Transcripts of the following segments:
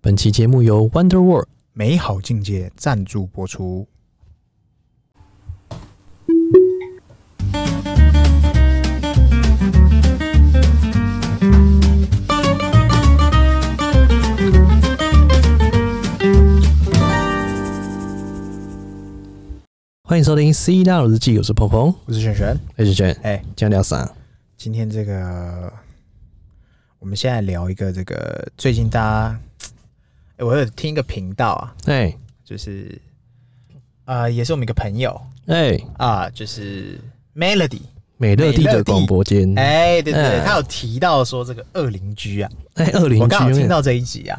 本期节目由 Wonder World 美好境界赞助播出。欢迎收听《C 大佬日记》，我是鹏鹏，我是璇璇，我是卷，哎、今天聊啥？今天这个，我们现在聊一个这个最近大家，哎、我有听一个频道啊，哎就是啊、呃也是我们一个朋友哎，啊、就是 Melody，美乐蒂美乐的蒂广播间，哎、对对对，嗯他有提到说这个恶邻居啊，哎，二邻我居刚好有听点到这一集啊，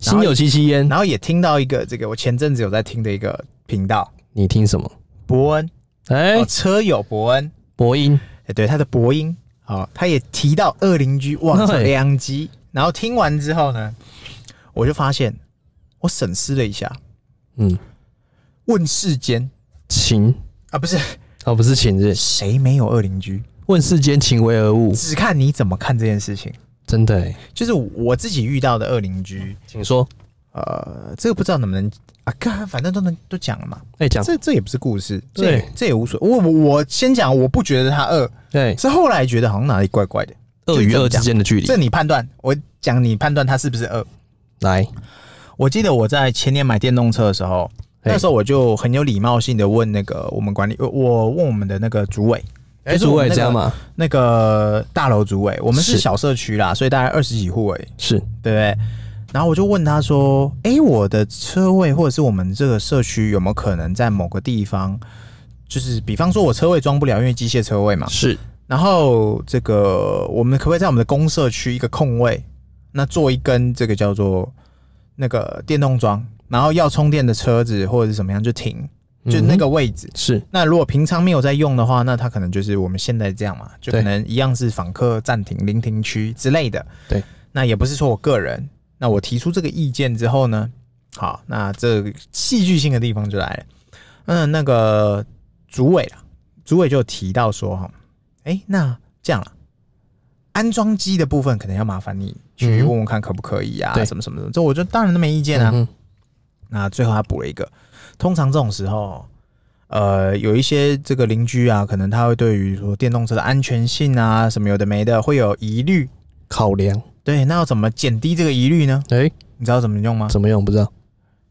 心有戚戚焉。然后也听到一个这个我前阵子有在听的一个频道，你听什么？伯恩，哎哦，，车友伯恩，博音，哎，对，他的伯音，好、他也提到恶邻居，哇，对这两集，然后听完之后呢，我就发现，我审视了一下，嗯，问世间情啊，不是哦，不是情日，谁没有恶邻居，问世间情为何物？只看你怎么看这件事情。真的哎，就是我自己遇到的恶邻居，请说。呃，这个不知道能不能啊，干，反正都能都讲了嘛，哎，讲这这也不是故事，这对也这也无所谓。我我我先讲，我不觉得他恶，对是后来觉得好像哪里怪怪的。恶哎与恶之间的距离，这你判断，我讲你判断他是不是恶。来，我记得我在前年买电动车的时候，嘿那时候我就很有礼貌性的问那个我们管理，呃我问我们的那个主委，哎，就是主我委们那家个嘛，那个大楼主委，我们是是小社区啦，所以大概二十几户诶，是对不对？然后我就问他说：“诶，我的车位或者是我们这个社区有没有可能在某个地方，就是比方说我车位装不了，因为机械车位嘛，是，然后这个我们可不可以在我们的公社区一个空位，那做一根这个叫做那个电动桩，然后要充电的车子或者是怎么样就停，就那嗯个位置。是那如果平常没有在用的话，那它可能就是我们现在这样嘛，就对可能一样是访客暂停、临停区之类的。对，那也不是说我个人，那我提出这个意见之后呢，好，那这个戏剧性的地方就来了。嗯，那个主委啊，主委就有提到说哈，哎、那这样啊，安装机的部分可能要麻烦你去嗯问问看可不可以啊，对什么什么什么，这我就当然都没意见啊。嗯哼那最后他补了一个，通常这种时候，呃，有一些这个邻居啊，可能他会对于说电动车的安全性啊，什么有的没的，会有疑虑。考量，对，那要怎么减低这个疑虑呢？哎，你知道怎么用吗？怎么样？不知道，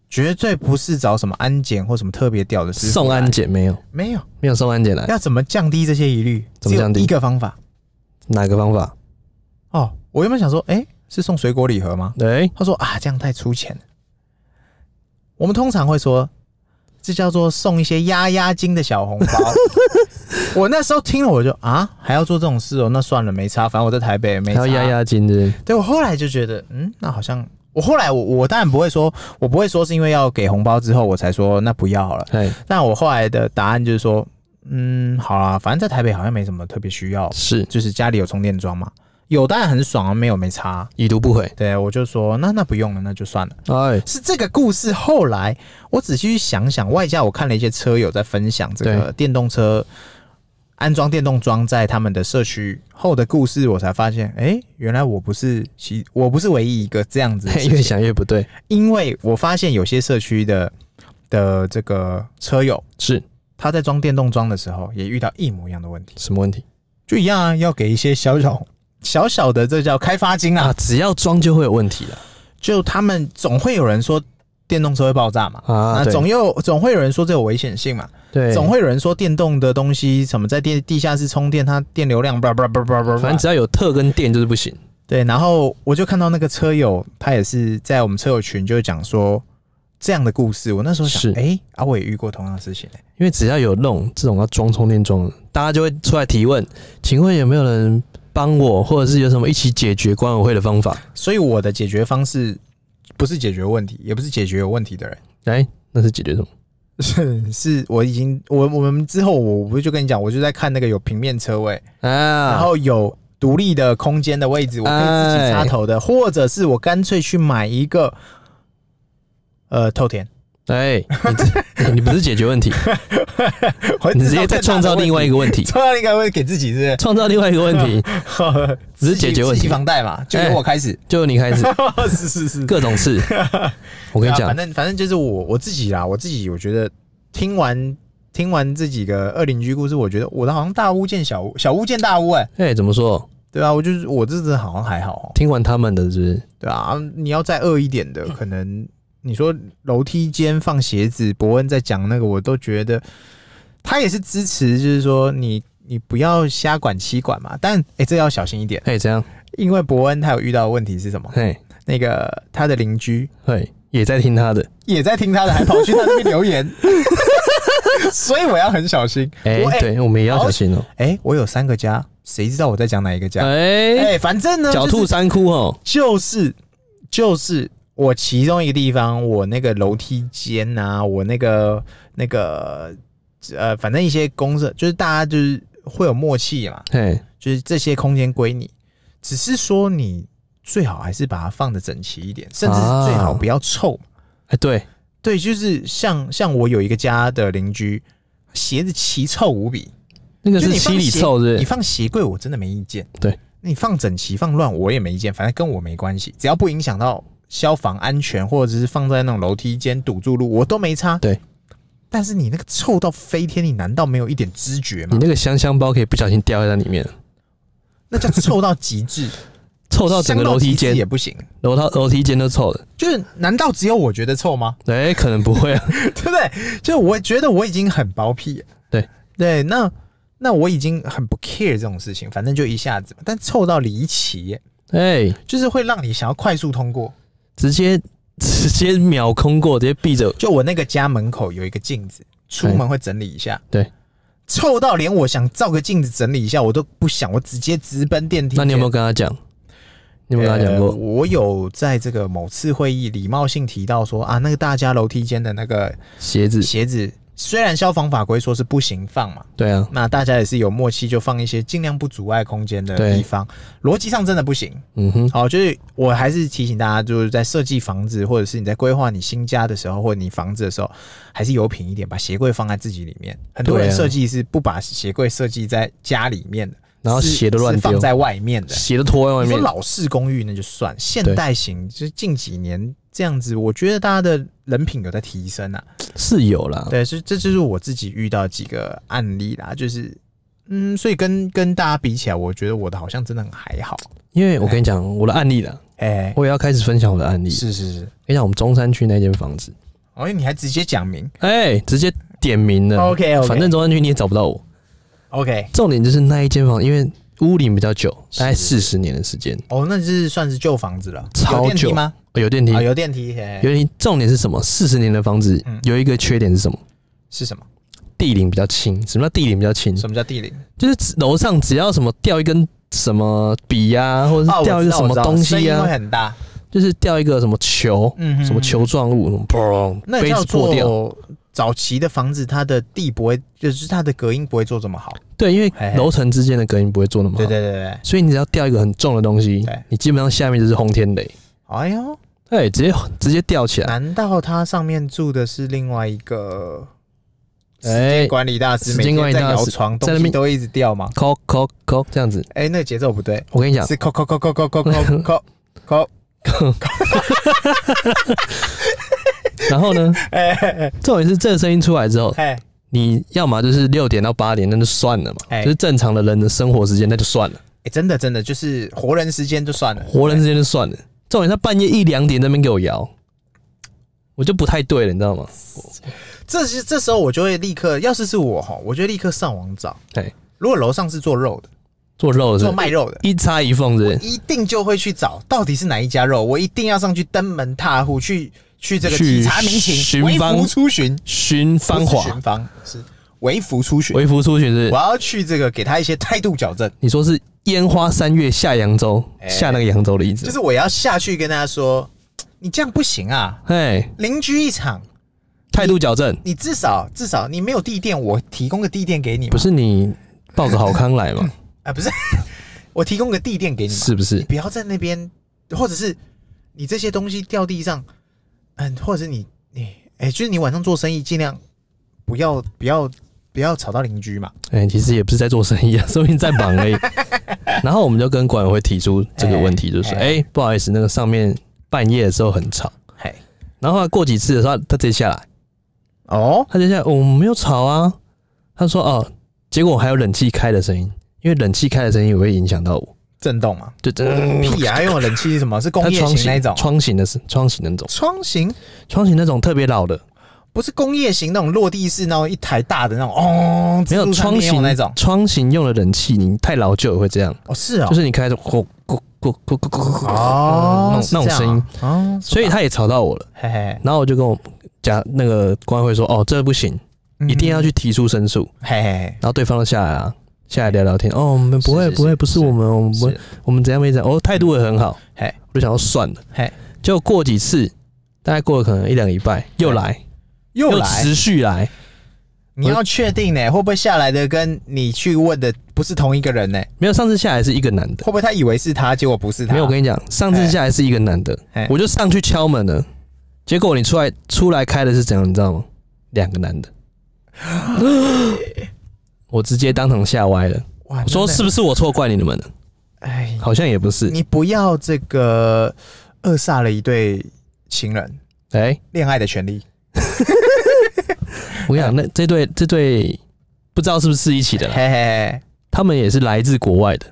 绝对不是找什么安检或什么特别屌的师傅送安来，啊检没有？没有，没有送安检来，要怎么降低这些疑虑？怎么降低只有一个方法哪个方法？哦。我原本想说，哎、是送水果礼盒吗？哎，他说啊，这样太粗浅了。我们通常会说，这叫做送一些压压惊的小红包。我那时候听了，我就啊，还要做这种事哦，那算了，没差，反正我在台北没还差。要压压惊的，对我后来就觉得，嗯，那好像我后来我我当然不会说，我不会说是因为要给红包之后我才说那不要好了。哎，但我后来的答案就是说，嗯，好啦，反正在台北好像没什么特别需要，是就是家里有充电桩嘛，有当然很爽啊，没有没差啊。已读不回，对，我就说那那不用了，那就算了。哎，是这个故事后来我仔细去想想，外加我看了一些车友在分享这个电动车安装电动桩在他们的社区后的故事，我才发现，哎、原来我不是其我不是唯一一个这样子的 事情 越想越不对，因为我发现有些社区的的这个车友。是他在装电动桩的时候，也遇到一模一样的问题，什么问题就一样啊，要给一些小小小小的这叫开发金啊啊？，只要装就会有问题了就他们总会有人说电动车会爆炸嘛，啊啊，对总有总会有人说这有危险性嘛，对，总会有人说电动的东西什么在地地下室充电，它电流量叭叭叭叭叭，反正只要有特跟电就是不行，对。然后我就看到那个车友，他也是在我们车友群就讲说这样的故事。我那时候是想，哎、啊，我也遇过同样的事情、欸，因为只要有弄这种要装充电桩的，大家就会出来提问，请问有没有人帮我，或者是有什么一起解决管委会的方法？所以我的解决方式不是解决问题，也不是解决有问题 的人。哎，那是解决什么？是是，我已经我我们之后我不是就跟你讲，我就在看那个有平面车位，啊，然然后有独立的空间的位置，我可以自己插头的，或者是我干脆去买一个呃透天，哎，你这你不 是解决问题，我你直接再创造另外一个，个问题， 创造另外一个问题给自己是创造另外一个问 题，不 只是？是解决问自题。己房贷嘛，就由我开始。就你开始 是是是，各种 事，我我跟你讲啊反，正反正就是我我自己啦，我自己我觉得听完听完这几个二邻居故事，我觉得我的好像大巫见小巫，小巫见大巫、哎，哎，怎么说？对啊，我就是我这真的好像还好、哦，听完他们的，是不是？对啊，你要再恶一点嗯的，可能你说楼梯间放鞋子，伯恩在讲那个，我都觉得他也是支持，就是说你你不要瞎管妻管嘛，但哎、诶这要小心一点，哎，怎样？因为伯恩他有遇到的问题是什么？哎，那个他的邻居嘿，也在听他的，也在听他的，还跑去他那边留 言，所以我要很小心。哎我哎、，对，我们也要好小心哦。哎、我有三个家，谁知道我在讲哪一个家？哎、哎，反正呢，狡就是兔三窟哦，就是就是我其中一个地方，我那个楼梯间啊，我那个那个呃，反正一些公社，就是大家就是会有默契嘛，嘿，就是这些空间归你，只是说你最好还是把它放的整齐一点，甚至是最好不要臭。哎，对，对，就是像像我有一个家的邻居，鞋子奇臭无比，那个就是你放七里鞋臭，是你不是？放鞋柜我真的没意见，对，你放整齐放乱我也没意见，反正跟我没关系，只要不影响到消防安全，或者是放在那种楼梯间堵住路，我都没差。对，但是你那个臭到飞天，你难道没有一点知觉你吗？那个香香包可以不小心掉在那里面，那叫臭到极致， 臭到整个楼梯香到极致也间，不行。楼道楼梯间都臭的。就是难道只有我觉得臭吗？ 哎，可能不会啊。对不对？就我觉得我已经很包屁了，对对，那那我已经很不 care 这种事情，反正就一下子嘛，但臭到离奇耶，哎，就是会让你想要快速通过。直接直接秒空过，直接闭着。就我那个家门口有一个镜子，出门会整理一下，哎对，臭到连我想照个镜子整理一下我都不想，我直接直奔电梯间。那你有没有跟他讲？你有没有跟他讲呃过？我有在这个某次会议礼貌性提到说啊，那个大家楼梯间的那个鞋子？鞋子，虽然消防法规说是不行放嘛，对啊，那大家也是有默契，就放一些尽量不阻碍空间的地方。逻辑上真的不行，嗯哼，好，就是我还是提醒大家，就是在设计房子或者是你在规划你新家的时候，或者你房子的时候，还是有品一点，把鞋柜放在自己里面。很多人对啊设计是不把鞋柜设计在家里面的，然后是鞋都乱是丢放，在外面的。鞋都拖在外你说面。老式公寓那就算，现对代型就是近几年这样子，我觉得大家的人品有在提升啊。是有啦，对，是这就是我自己遇到几个案例啦，就是嗯，所以跟跟大家比起来，我觉得我的好像真的很还好。因为我跟你讲我的案例啦，哎、我也要开始分享我的案例。是是是，跟你讲我们中山区那间房子，哦，你还直接讲明哎，直接点名了。 OK，OK 反正中山区你也找不到我。 ，OK，重点就是那一间房，因为屋龄比较久，大概是四十年的时间，哦，那就是算是旧房子了，超有电梯旧吗？呃有电梯啊、，有电梯，哎、有电梯。重点是什么？四十年的房子嗯有一个缺点是什么？是什么？地龄比较轻。什么叫地龄比较轻？什么叫地灵？就是楼上只要什么掉一根什么笔呀、或者哦，是我掉一个知道什我么知道东声西音啊，会很大，就是掉一个什么球，嗯哼什么球状物，砰，那杯叫子破掉。做早期的房子，它的地不会，就是它的隔音不会做这么好。对，因为嘿嘿楼层之间的隔音不会做那么好，对对对对，所以你只要掉一个很重的东西对，你基本上下面就是轰天雷，哎呦，哎，直接直接吊起来，难道它上面住的是另外一个？哎，管理大师时每间天管理在大摇师床，在东那西边都会一直掉吗？扣扣扣这样子。哎、那个节奏不对，我跟你讲，是扣扣扣扣扣扣扣扣 扣扣。然后 呢，哎哎重点是这个声音出来之后，哎，你要么就是六点到八点，那就算了嘛，哎就是正常的人的生活时间，那就算了。哎真的真的就是活人时间就算了，活人之间就算了，重点他半夜一两点在那边给我摇，我就不太对了，你知道吗？这是这时候我就会立刻，要是是我哈，我就立刻上网找。对，如果楼上是做肉的，做肉是做不是卖肉的，一插一缝是不是一定就会去找到底是哪一家肉，我一定要上去登门踏户去去这个去体察民情，寻微访服出巡，寻芳不是华寻访是微服出巡，微服出巡是不我是？要去这个给他一些态度矫正。你说是烟花三月下扬州，哎下那个扬州的意就思？是我要下去跟大家说，你这样不行啊，哎，邻居一场，态度矫正，你至少至少你没有地垫，我提供个地垫给你嘛，不是你报个好康来嘛？啊，不是， 我提供个地垫给你嘛，是不是你？不要在那边，或者是你这些东西掉地上，嗯，或者是你你哎、就是你晚上做生意尽量不要不要不要吵到邻居嘛。哎、其实也不是在做生意啊， 说明在忙 而已。然后我们就跟管委会提出这个问题，就是哎哎、不好意思，那个上面半夜的时候很吵。嘿，然后后来过几次的时候，他他直接下来，哦，他接下来、哦我们没有吵啊。他说哦，结果还有冷气开的声音，因为冷气开的声音也会影响到我，震动嘛，就真屁呀、啊！用冷气是什么？是工嗯 它业窗型那一种啊型，窗型的是窗型的那种，窗型窗型那种特别老的，不是工业型那种落地式那种一台大的那种，哦，没有自助餐窗店用型那种。窗型用的冷气，你太老旧也会这样，哦，是哦，就是你开着咕咕咕咕咕咕咕咕哦，那种是那种这样声音，哦，所以他也吵到我了。嘿嘿，然后我就跟我家那个管委会说，嗯哦，这不行，一定要去，去提出申诉。嗯嘿嘿，然后对方就下来啊，下来聊聊天。哦，我们不是会是不会，不是是我们，我们不会是，我们怎样没怎样。哦，态度也很好，嘿我就想要算了。嘿，结果过几次，大概过了可能一两个礼拜，又来又来，持续来。你要确定呢，会不会下来的跟你去问的不是同一个人呢？没有，上次下来是一个男的会。不会他以为是他，结果不是他？没有，我跟你讲，上次下来是一个男的嘿，我就上去敲门了。结果你出来出来开的是怎样，你知道吗？两个 男的，我直接当场吓歪了。哇，我说啊真的是，不是我错怪你们了？哎，好像也不是。你不要这个扼杀了一对情人哎、恋爱的权利。我跟你讲，那这对这对不知道是不是一起的啊嘿啦，嘿嘿，他们也是来自国外的，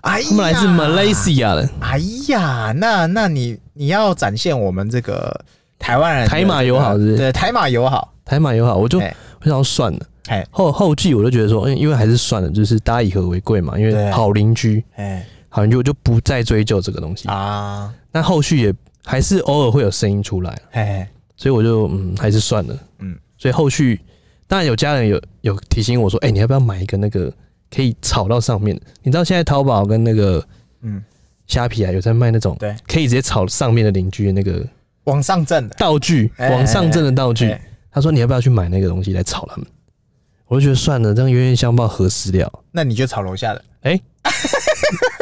哎呀，他们来自马来西亚的哎呀，那那你你要展现我们这个台湾人的台马友好是不是对，台马友好，台马友好，我就哎我想要算了。哎后后继我就觉得说，嗯，因为还是算了，就是大家以和为贵嘛，因对为好邻居，哎好邻居我就不再追究这个东西。啊，那后续也还是偶尔会有声音出来，嘿嘿，所以我就嗯还是算了，嗯嗯，所以后续当然有家人有有提醒我说，哎、你要不要买一个那个可以炒到上面的？你知道现在淘宝跟那个嗯，虾皮啊有在卖那种对可以直接炒上面的邻居的那个往上正的道具，哎往上正的道具哎。他说你要不要去买那个东西来炒他们？我就觉得算了，这样冤冤相报何时了？那你就炒楼下的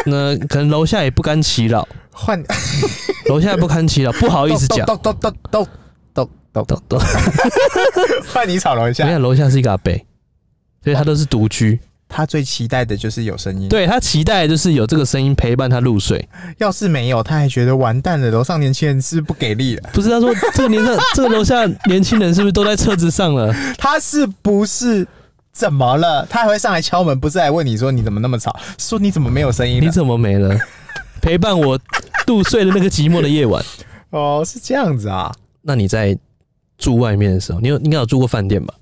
那可能楼下也不堪其扰，换，楼下也不堪其扰，不好意 思讲。都都都都都都都懂懂，换你炒楼你下。看楼下是一个阿伯，所以他都是独居。他最期待的就是有声音，，对他期待就是有这个声音陪伴他入睡，要是没有，他还觉得完蛋了，楼上年轻人是不给力 了，不是他说 这个年上这个楼下年轻人是不是都在车子上了？他是不是？怎么了？他还会上来敲门，不是来问你说你怎么那么吵，是说你怎么没有声音你了？怎么没了？陪伴我度睡的那个寂寞的夜 晚。哦，是这样子啊。那你在住外面的时候，你有应该有住过饭店吧？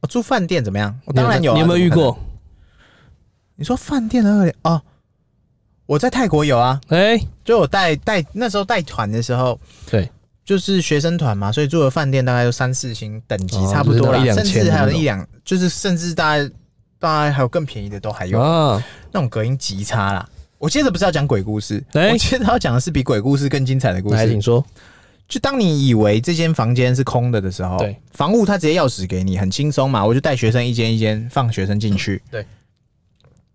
哦、住饭店怎么样？我当然你有、啊。你有没有遇怎么可能？过？你说饭店的恶劣哦，我在泰国有啊，哎、就我带带那时候带团的时候，对，就是学生团嘛，所以住的饭店大概就三四星等级，哦差不多啦，就是那种一两甚千至的还有那种一两，就是甚至大概大概还有更便宜的都还有，啊，那种隔音极差啦。我接着不是要讲鬼故事，哎我接着要讲的是比鬼故事更精彩的故来，事请。说。就当你以为这间房间是空的的时候，对，房务他直接钥匙给你，很轻松嘛。我就带学生一间一间放学生进去，对。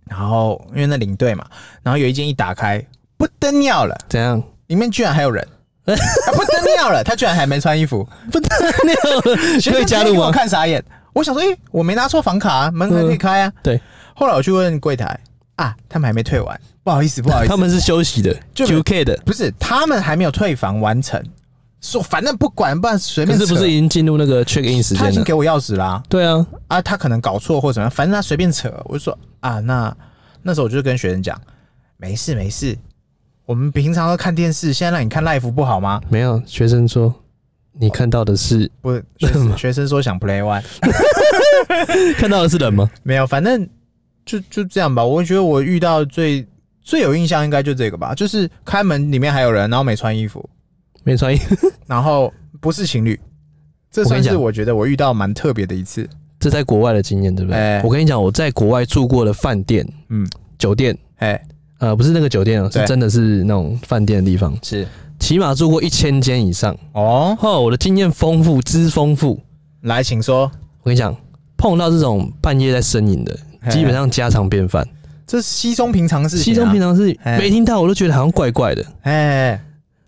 然后因为那领队嘛，然后有一间一打开，不得尿了，怎样？里面居然还有 人，啊不得尿了，他居然还没穿衣服，不得了，学可生以加直接入给我吗？看傻眼，我想说，诶、我没拿错房卡、啊，门还可以开啊。对，后来我去问柜台啊，他们还没退完，不好意思，不好意思，他们是休息的就，QK 的，不是他们还没有退房完成，说反正不管，不然随可便是不扯是已经进入那个 check in 时他已间经了？给我钥匙啦、对啊，啊，他可能搞错或怎么样，反正他随便扯。我就说啊，那那时候我就跟学生讲，没事没事，我们平常都看电视，现在让你看 live 不好吗？没有学生说你看到的是 不，学什生么学生说想 play one，看到的是人吗？没有，反正就就这样吧。我觉得我遇到最最有印象应该就这个吧，就是开门里面还有人，然后没穿衣服，没穿衣 服，然后不是情侣。这我跟算你是讲我觉得我遇到蛮特别的一次，这在国外的经验对不哎对？我跟你讲，我在国外住过的饭店，嗯嗯，酒店，哎，呃，不是那个酒店哦，对是真的是那种饭店的地方，是起码住过一千间以上。哦，哦，我的经验丰富之丰富，来，请说，我跟你讲，碰到这种半夜在呻吟的，嘿基本上家常便饭。这是稀哎松平常事情、啊，西中平常是嘿没听到，我都觉得好像怪怪的。哎，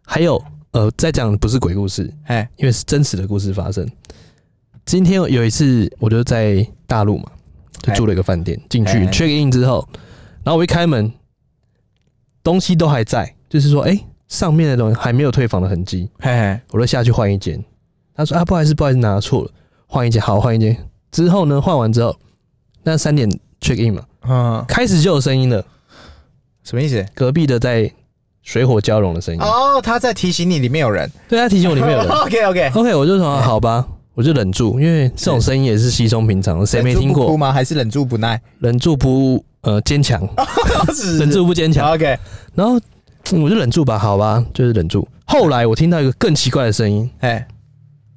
还有，呃，在讲不是鬼故事，哎，因为是真实的故事发生。今天有一次，我就在大陆嘛，就哎住了一个饭店，进去哎哎 check in 之后，然后我一开门，东西都还在，就是说，哎、上面的东西还没有退房的痕迹，嘿嘿，我就下去换一间。他说啊，不好意思，不好意思，拿错了，换一间，好，换一间。之后呢，换完之后，那三点 check in 嘛，嗯，开始就有声音了，什么意思？隔壁的在水火交融的声音，哦，他在提醒你里面有人，对嗯他提醒我里面有 人。 OK OK， OK，我就说啊好吧，我就忍住，因为这种声音也是稀松平常，谁没听过？吗？还是忍住 不耐？忍住不呃坚强， 忍住不坚强。 OK，然后嗯我就忍住吧，好吧，就是忍住。后来我听到一个更奇怪的声音，哎，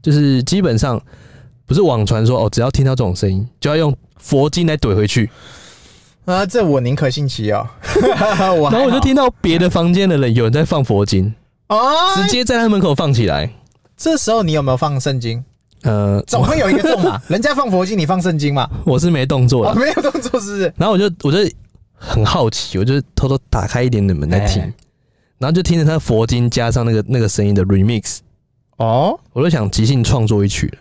就是基本上不是网传说哦，只要听到这种声音，就要用佛经来怼回去。啊，这我宁可信其有。 然然后我就听到别的房间的人有人在放佛经，哦，直接在他门口放起来。这时候你有没有放圣经？呃，总会有一个 动嘛，人家放佛经，你放圣经嘛，我是没动作哦，了。没有动作是不是？然后我就我就很好奇，我就偷偷打开一点点门在听，哎然后就听着他佛经加上那个那个声音的 remix，哦，我就想即兴创作一曲了，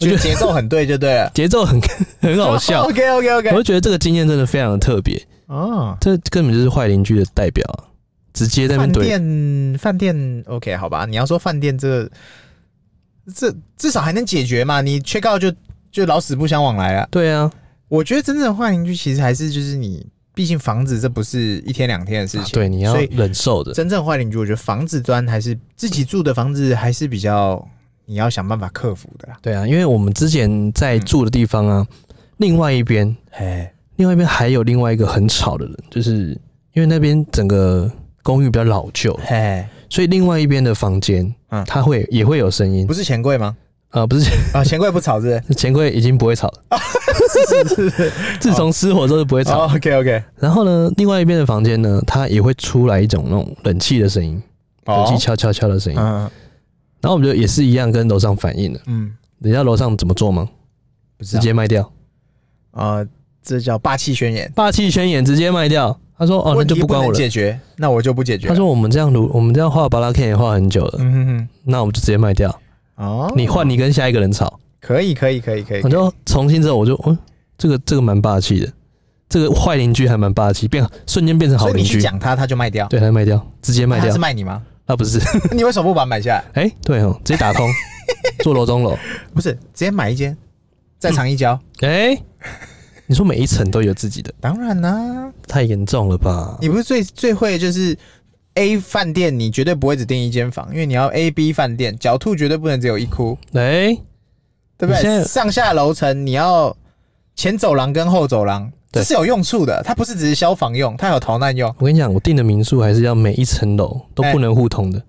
我觉就得，节奏很对就对了节奏很 很好笑， OK OK 我 OK，就觉得这个经验真的非常的特别，哦，这根本就是坏邻居的代表啊，直接在那饭边怼，店饭店 OK 好吧，你要说饭店这个，这至少还能解决嘛，你 check out 就就老死不相往来啊。对啊，我觉得真正的坏邻居其实还是就是你，毕竟房子这不是一天两天的事情，啊啊对，你要所以忍受的，真正坏邻居，我觉得房子端还是自己住的房子还是比较你要想办法克服的啦。对啊，因为我们之前在嗯住的地方啊，另外一边，哎，另外一边还有另外一个很吵的人，就是因为那边整个公寓比较老旧，嘿，所以另外一边的房间，嗯它会也会有声音不，是钱柜吗？呃，不是 啊， 钱柜不吵是钱柜已经不会吵哦了，不是？是是哦是。自从失火之后 就不会吵。 OK OK，然后呢，另外一边的房间呢，它也会出来一种那种冷气的声音，冷气敲敲敲的声音。哦嗯然后我们就也是一样跟楼上反映了，嗯，你知道楼上怎么做吗？不知直道接卖掉，啊，这叫霸气宣言。霸气宣言，直接卖掉。他说：“哦，那问就题不关能我了。解决，那我就不解”决。他，说：“我们这样如我们这样画巴拉 K 也画很久了，嗯哼哼，那我们就直接卖掉。哦，你换你跟下一个人吵。”可以可以可以可以我，就重新之后，我就嗯，这个这个蛮霸气的，这个坏邻居还蛮霸气，变瞬间变成好所以邻你去居，讲他，他就卖掉，对，他卖掉，直接卖那他掉是，卖你吗？ 啊不是， 你为什么不把它买下来？哎、对哦，直接打 通，做楼中楼，不是，直接买一间，再藏一交。哎、你说每一层都有自己的，当然啦、太严重了吧？你不是最最会就是 A 饭店，你绝对不会只订一间房，因为你要 A、B 饭店，狡兔绝对不能只有一窟，哎、对不你现在对？上下楼层你要前走廊跟后走廊，对这是有用处的，它不是只是消防用，它有逃难用。我跟你讲，我订的民宿还是要每一层楼都不能互通 的，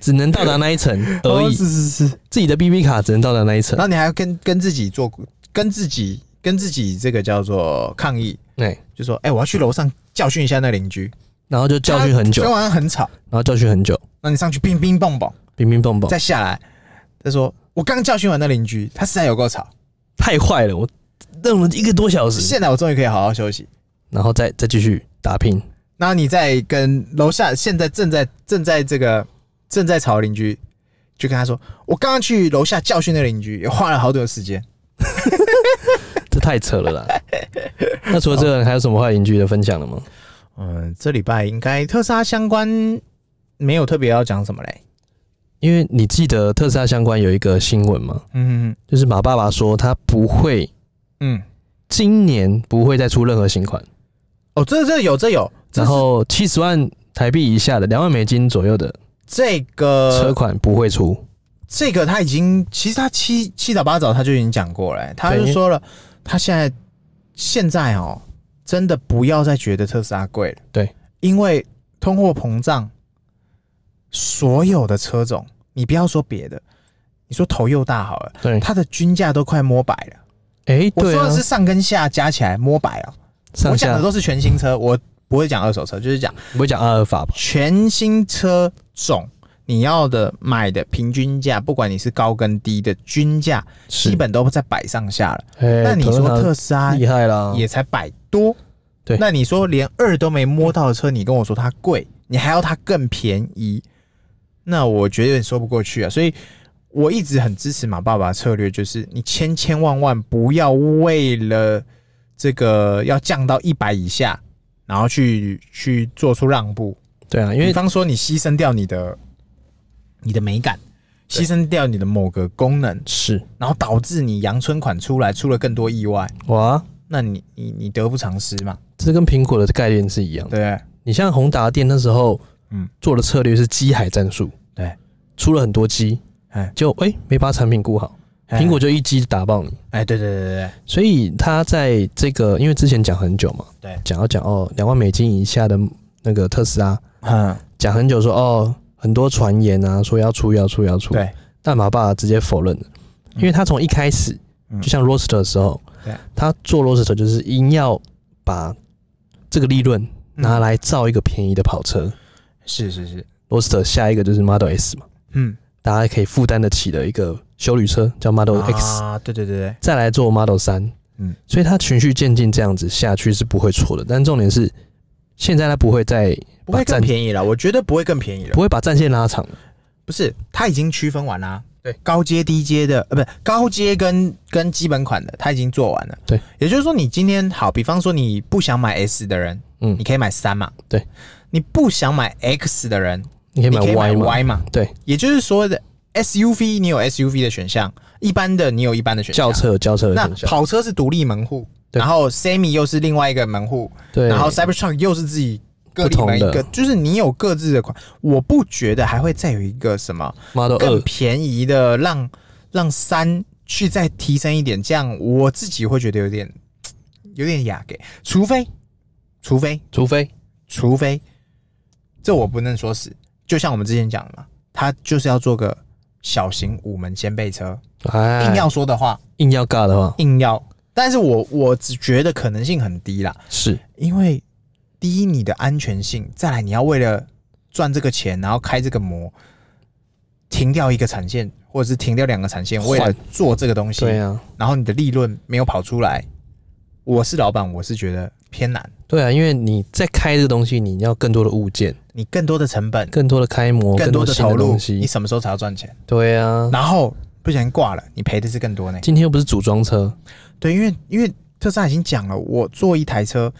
只能到达那一层而哦已，是啊是是。自己的 BB 卡只能到达那一层然，后你还要跟跟自己做，跟自己跟自己这个叫做抗议，哎、就说，哎、我要去楼上教训一下那邻居，然后就教训很久昨，天晚上很吵，然后教训很久，那你上去乒乒蹦蹦，乒乒乓乓，再下来，他说我刚教训完那邻居，他实在有够吵。太坏了，我弄了一个多小时。现在我终于可以好好休息。然后再再继续打拼。 然后你再跟楼下现在正在正在这个正在吵的邻居，就跟他说，我刚刚去楼下教训那邻居，也花了好久的时间。这太扯了啦！那除了这个，还有什么坏邻居的分享了吗？嗯，这礼拜应该特斯拉相关没有特别要讲什么嘞。因为你记得特斯拉相关有一个新闻吗？嗯就是马爸爸说他不会，嗯，今年不会再出任何新款，哦，这这有这有，这然是后七十万台币以下的两万美金左右的这车个款不会出。这个他已经其实他七七早八早他就已经讲过了、他就对说了，他现在现在哦，真的不要再觉得特斯拉贵了，对，因为通货膨胀，所有的车种，你不要说别的，你说头又大好了，对，它的均价都快摸百了。哎，我对说啊的，是上跟下加起来摸百哦，我上讲下的都是全新车，我不会讲二手车，就是讲不会讲阿尔法吧？全新车种。你要的买的平均价，不管你是高跟低的均价，基是，本都在百上下了。哎那你说特斯拉厉害啦？也才百多，对那你说连二都没摸到的车，你跟我说它贵，你还要它更便宜，那我觉得有点说不过去啊。所以我一直很支持马爸爸的策略，就是你千千万万不要为了这个要降到一百以下，然后去去做出让步。对啊，因比为方说你牺牲掉你的你的美感，牺牲掉你的某个功能，是然后导致你阳春款出来出了更多意外，哇，那你你你得不偿失嘛，这跟苹果的概念是一样对的。不对？你像宏达电那时候，嗯嗯，做的策略是机海战术，对，出了很多机，哎，就哎、没把产品顾好，哎苹果就一机打爆你。哎，对对对对对，所以他在这个，因为之前讲很久嘛，对讲要讲哦，两万美金以下的那个特斯拉，嗯，讲很久说哦，很多传言啊，说要出要出要出，对，但马爸爸直接否认了，因为他从一开始，嗯就像 Roster 的时候，对他做 Roster 就是硬要把这个利润拿来造一个便宜的跑车、嗯是是是， r o s t e r 下一个就是 Model S 嘛，嗯大家可以负担得起的一个修旅车叫 Model X，、啊，对对对对，再来做 Model 三，嗯嗯，所以它循序渐进这样子下去是不会错的，但重点是现在它不会再不把会更战便宜了，我觉得不会更便宜了不，会把战线拉长，不是，它已经区分完啦。对，高阶、低阶的，呃，不是高阶跟跟基本款的，它已经做完了。对，也就是说，你今天好，比方说你不想买 S 的人，嗯你可以买三嘛。对，你不想买 X 的人，你可以你买可以买 Y 嘛， Y 嘛。对，也就是说的 SUV，你有 SUV 的选项，一般的你有一般的选轿。项车有轿车的那选项，跑车是独立门户，对然后 Semi 又是另外一个门户，对，然后 Cybertruck 又是自己各不立同门一的个，就是你有各自的款。我不觉得还会再有一个什么。 Model 更二便宜的让让三去再提升一点，这样我自己会觉得有点有点雅给，除非除非除非除非，这我不能说死。就像我们之前讲的嘛，他就是要做个小型五门掀背车，哎硬要说的话，硬要尬的话，硬要。但是我我只觉得可能性很低啦，是因为第一你的安全性，再来你要为了赚这个钱，然后开这个模，停掉一个产线，或者是停掉两个产线，换为了做这个东西，对啊，然后你的利润没有跑出来，我是老板，我是觉得偏难，对啊，因为你在开这个东西，你要更多的物件，你更多的成本，更多的开模，更更多的新投入东，你西，什么时候才要赚钱？对啊。然后不小心挂了，你赔的是更多呢。今天又不是组装车，对，因为因为特斯拉已经讲了，我做一台车，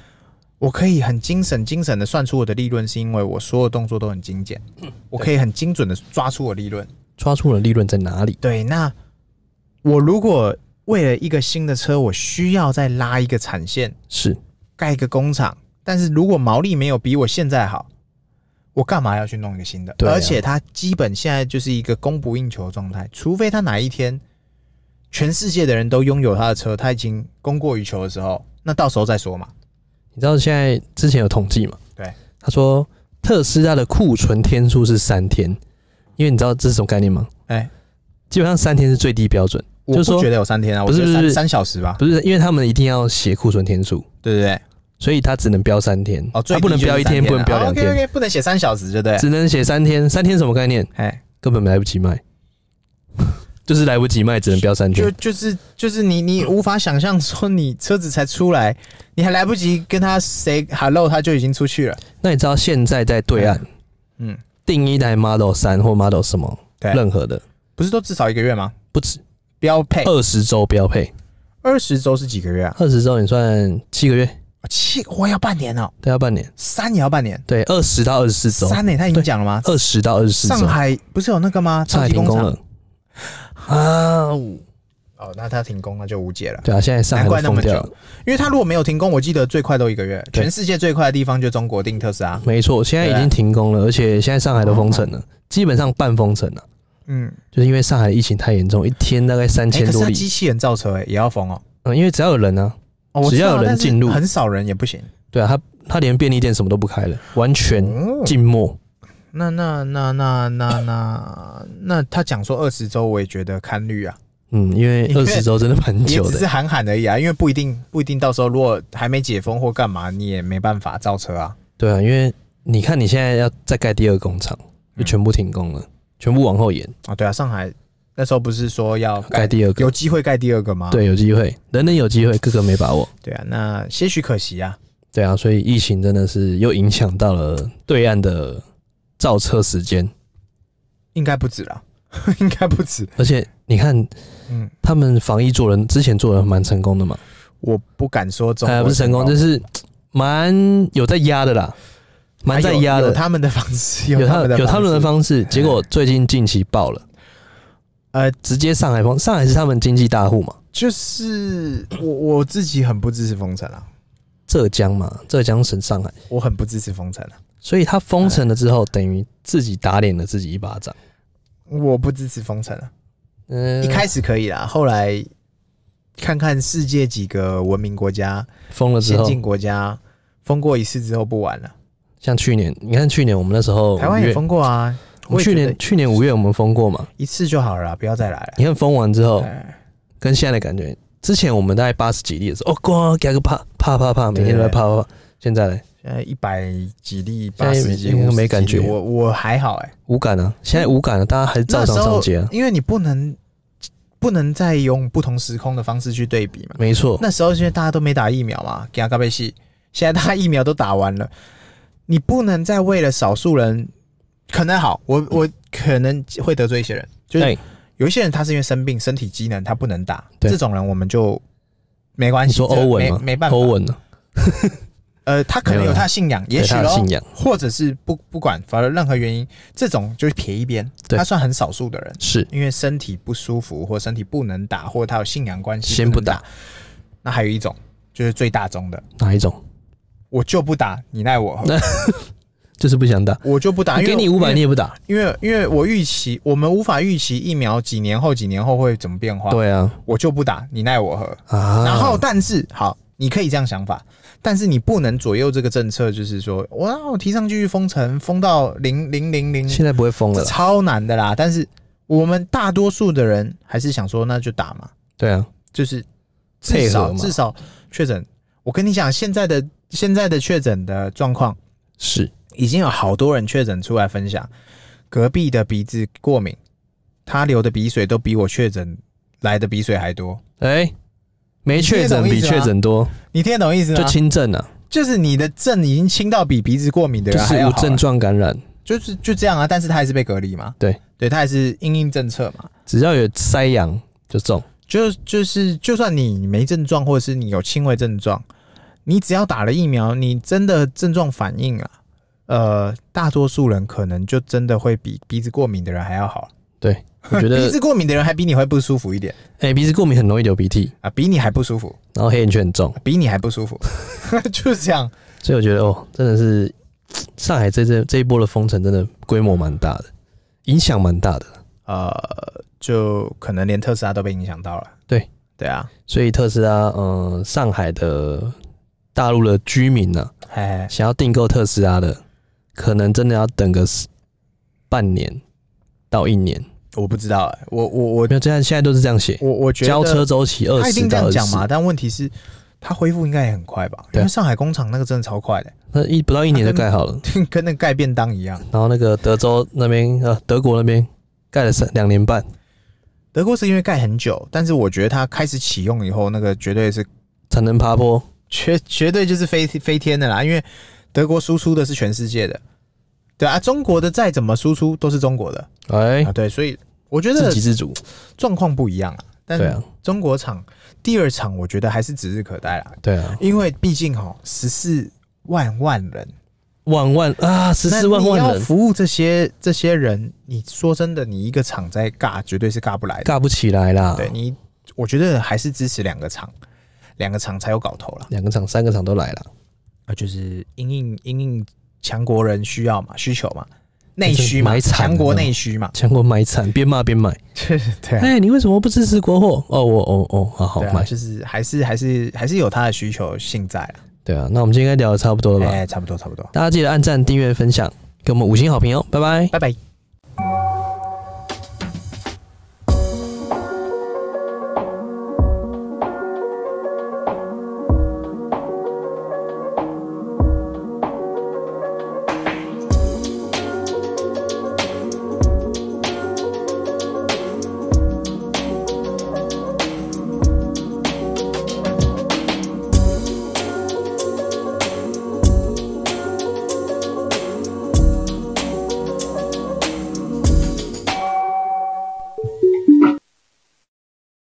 我可以很精神精神的算出我的利润，是因为我所有动作都很精简，我可以很精准的抓出我利润。抓住了利润在哪里？对，那我如果为了一个新的车，我需要再拉一个产线，是盖一个工厂，但是如果毛利没有比我现在好，我干嘛要去弄一个新的？对啊而且它基本现在就是一个供不应求的状态，除非它哪一天全世界的人都拥有它的车，它已经供过于求的时候，那到时候再说嘛。你知道现在之前有统计嘛？对，他说特斯拉的库存天数是三天，因为你知道这是什么概念吗？哎、基本上三天是最低标准，我就不是说觉得有三天啊，我不觉是不得三是三小时吧，不是因为他们一定要写库存天数，对不对？所以他只能标三天，啊哦，最他不能标一天，不能标两 o k 天， o k 哦不能写三小时，对不对？只能写三天。三天什么概念？哎，根本来不及卖，就是来不及卖，只能标三就天。就是就是你你无法想象说你车子才出来，你还来不及跟他 say hello，他就已经出去了。那你知道现在在对岸嗯，定一台 Model 三或 Model 什么对任何的，不是都至少一个月吗？不止标配二十周标配，二十周是几个月啊？二十周你算七个月，七我要半年哦，对，要半年，三也要半年，对，二十到二十四周，三呢、他已经讲了吗？二十到二十四周上，海不是有那个吗？上超海级停工工厂了啊！我哦，那他停工那就无解了，对啊，现在上海难怪都那封么久掉了，因为他如果没有停工，我记得最快都一个月。对全世界最快的地方就中国定特斯拉，没错，现在啊已经停工了，而且现在上海都封城哦了，基本上半封城了，嗯，就是因为上海疫情太严重，一天大概三哎、千可是多他例，机器人造车、哎，也要封哦。嗯，因为只要有人啊，哦我只知要道有人但是进入很少人也不行。对啊，他他连便利店什么都不开了，完全哦，静默，那那那那那那那他讲说二十周，我也觉得堪虑啊，嗯，因为因为二十周真的蛮也久只的，是喊喊而已啊，因为不一定不一定，到时候如果还没解封或干嘛，你也没办法造车啊。对啊，因为你看你现在要再盖第二工厂，就全部停工了，全部往后延，啊，嗯对啊，上海那时候不是说要盖盖第二个有，机会盖第二个吗？对，有机会，人人有机会，个个没把握，对啊，那些许可惜啊，对啊，所以疫情真的是又影响到了对岸的造车时间，应该不止啦， 应该不止。而且你看嗯，他们防疫做人之前做人蛮成功的嘛，我不敢说中国、呃，不是成功，就是蛮有在压的啦，蛮在压有有的，他们的方 式，有他们的有他们的式。哎方式，结果最近近期爆了，呃，直接上海封，上海是他们经济大户嘛，就是我我自己很不支持封城啊，浙江嘛，浙江省上海，我很不支持封城啊，所以他封城了之后，等于自己打脸了自己一巴掌。我不支持封城啊。嗯，一开始可以啦，后来看看世界几个文明国家、封了之先后，进国家封过一次之后不玩了，像去年，你看去年我们那时候台湾五哦也月封过啊，我我们也去觉得年去年五月我们封过嘛，一次就好了啦，不要再来了。你看封完之后，哎跟现在的感觉，之前我们大概八十几例的时候，哦，光加个怕怕怕怕，每天都在怕怕怕，现在嘞现在一百几例、现八在十几，应该50没感觉几例我我还好哎、无感啊，现在无感了、大家还是照那时常上候街啊，因为你不能不能再用不同时空的方式去对比嘛。没错，那时候因为大家都没打疫苗嘛，给他盖被戏，现在大家疫苗都打完了，你不能再为了少数人，可能好，我我可能会得罪一些人，就是对，有一些人他是因为生病，身体机能他不能打，对这种人我们就没关你系，说这欧文没吗？没办法，欧文呢、呃，他可能没有有啦他的信仰，也对许他的咯信仰或者是不不管，反正任何原因，这种就是撇一边，对他算很少数的人，是因为身体不舒服或身体不能打，或他有信仰关系，先不打能打。那还有一种就是最大宗的，哪一种？我就不打，你 奈我何，就是不想打，我就不打，因给为你五百你也不打，因为因为我预期我们无法预期疫苗几年后几年后会怎么变化，对啊我就不打，你奈我何。啊，然后，但是好，你可以这样想法，但是你不能左右这个政策，就是说，哇，我提上去封城，封到零零零零，现在不会封了这啦，超难的啦。但是我们大多数的人还是想说，那就打嘛，对啊，就是配至合少嘛至少确诊。我跟你讲，现在的现在的确诊的状况，是已经有好多人确诊出来分享，隔壁的鼻子过敏，他流的鼻水都比我确诊来的鼻水还多。哎、没确诊比确诊多，你听得懂意思吗？就轻症啊，就是你的症已经轻到比鼻子过敏的就人是还要无好啊症，状感染，就是就这样啊。但是他还是被隔离嘛，对，对他还是因应政策嘛。只要有塞阳就 中，就就是，就算你没症状，或者是你有轻微症状，你只要打了疫苗，你真的症状反应啊，呃，大多数人可能就真的会比鼻子过敏的人还要好。对，我觉鼻得子过敏的人还比你会不舒服一点哎、鼻子过敏很容易流鼻涕，啊，比你还不舒服，然后黑眼圈很重，比你还不舒服， 就是这样。所以我觉得哦，真的是上海这这这一波的封城真的规模蛮大的，影响蛮大的，呃，就可能连特斯拉都被影响到了。对对啊，所以特斯拉，嗯、上海的大陆的居民呢、哎，想要订购特斯拉的，可能真的要等个十半年到一年，我不知道、欸，我我我没有这样，现在都是这样写，我我觉得交车周期二他一十定这到样二讲十，嘛，但问题是，他恢复应该也很快吧？对啊因为上海工厂那个真的超快的、 那一不到一年就盖好了。跟那个盖便当一样。然后那个德州那边，呃，德国那边盖了三两年半，德国是因为盖很久，但是我觉得它开始启用以后，那个绝对是产能爬坡，绝绝对就是飞飞天的啦，因为德国输出的是全世界的，对啊，中国的再怎么输出都是中国的哎、啊，对，所以我觉自得给自足，状况不一样啊。对但啊，中国厂第二厂，我觉得还是指日可待啦，对啊，因为毕竟哈十四万万人。万万啊，十四万那万你要人服务这些这些人，你说真的，你一个厂在尬，绝对是尬不来的。尬不起来啦。对，你，我觉得还是支持两个厂，两个厂才有搞头啦。两个厂、三个厂都来了，啊，就是因应因应强国人需要嘛，需求嘛，内需哎这嘛，买惨强国了内 需嘛，强国买惨，边骂边买。对啊、哎、你为什么不支持国货？哦，我哦哦，好好对啊，买。就是还是还是还是有它的需求性在啦。对啊，那我们今天应该聊的差不多了吧？哎，差不多差不多，大家记得按赞、订阅、分享，给我们五星好评哦，拜拜。拜拜。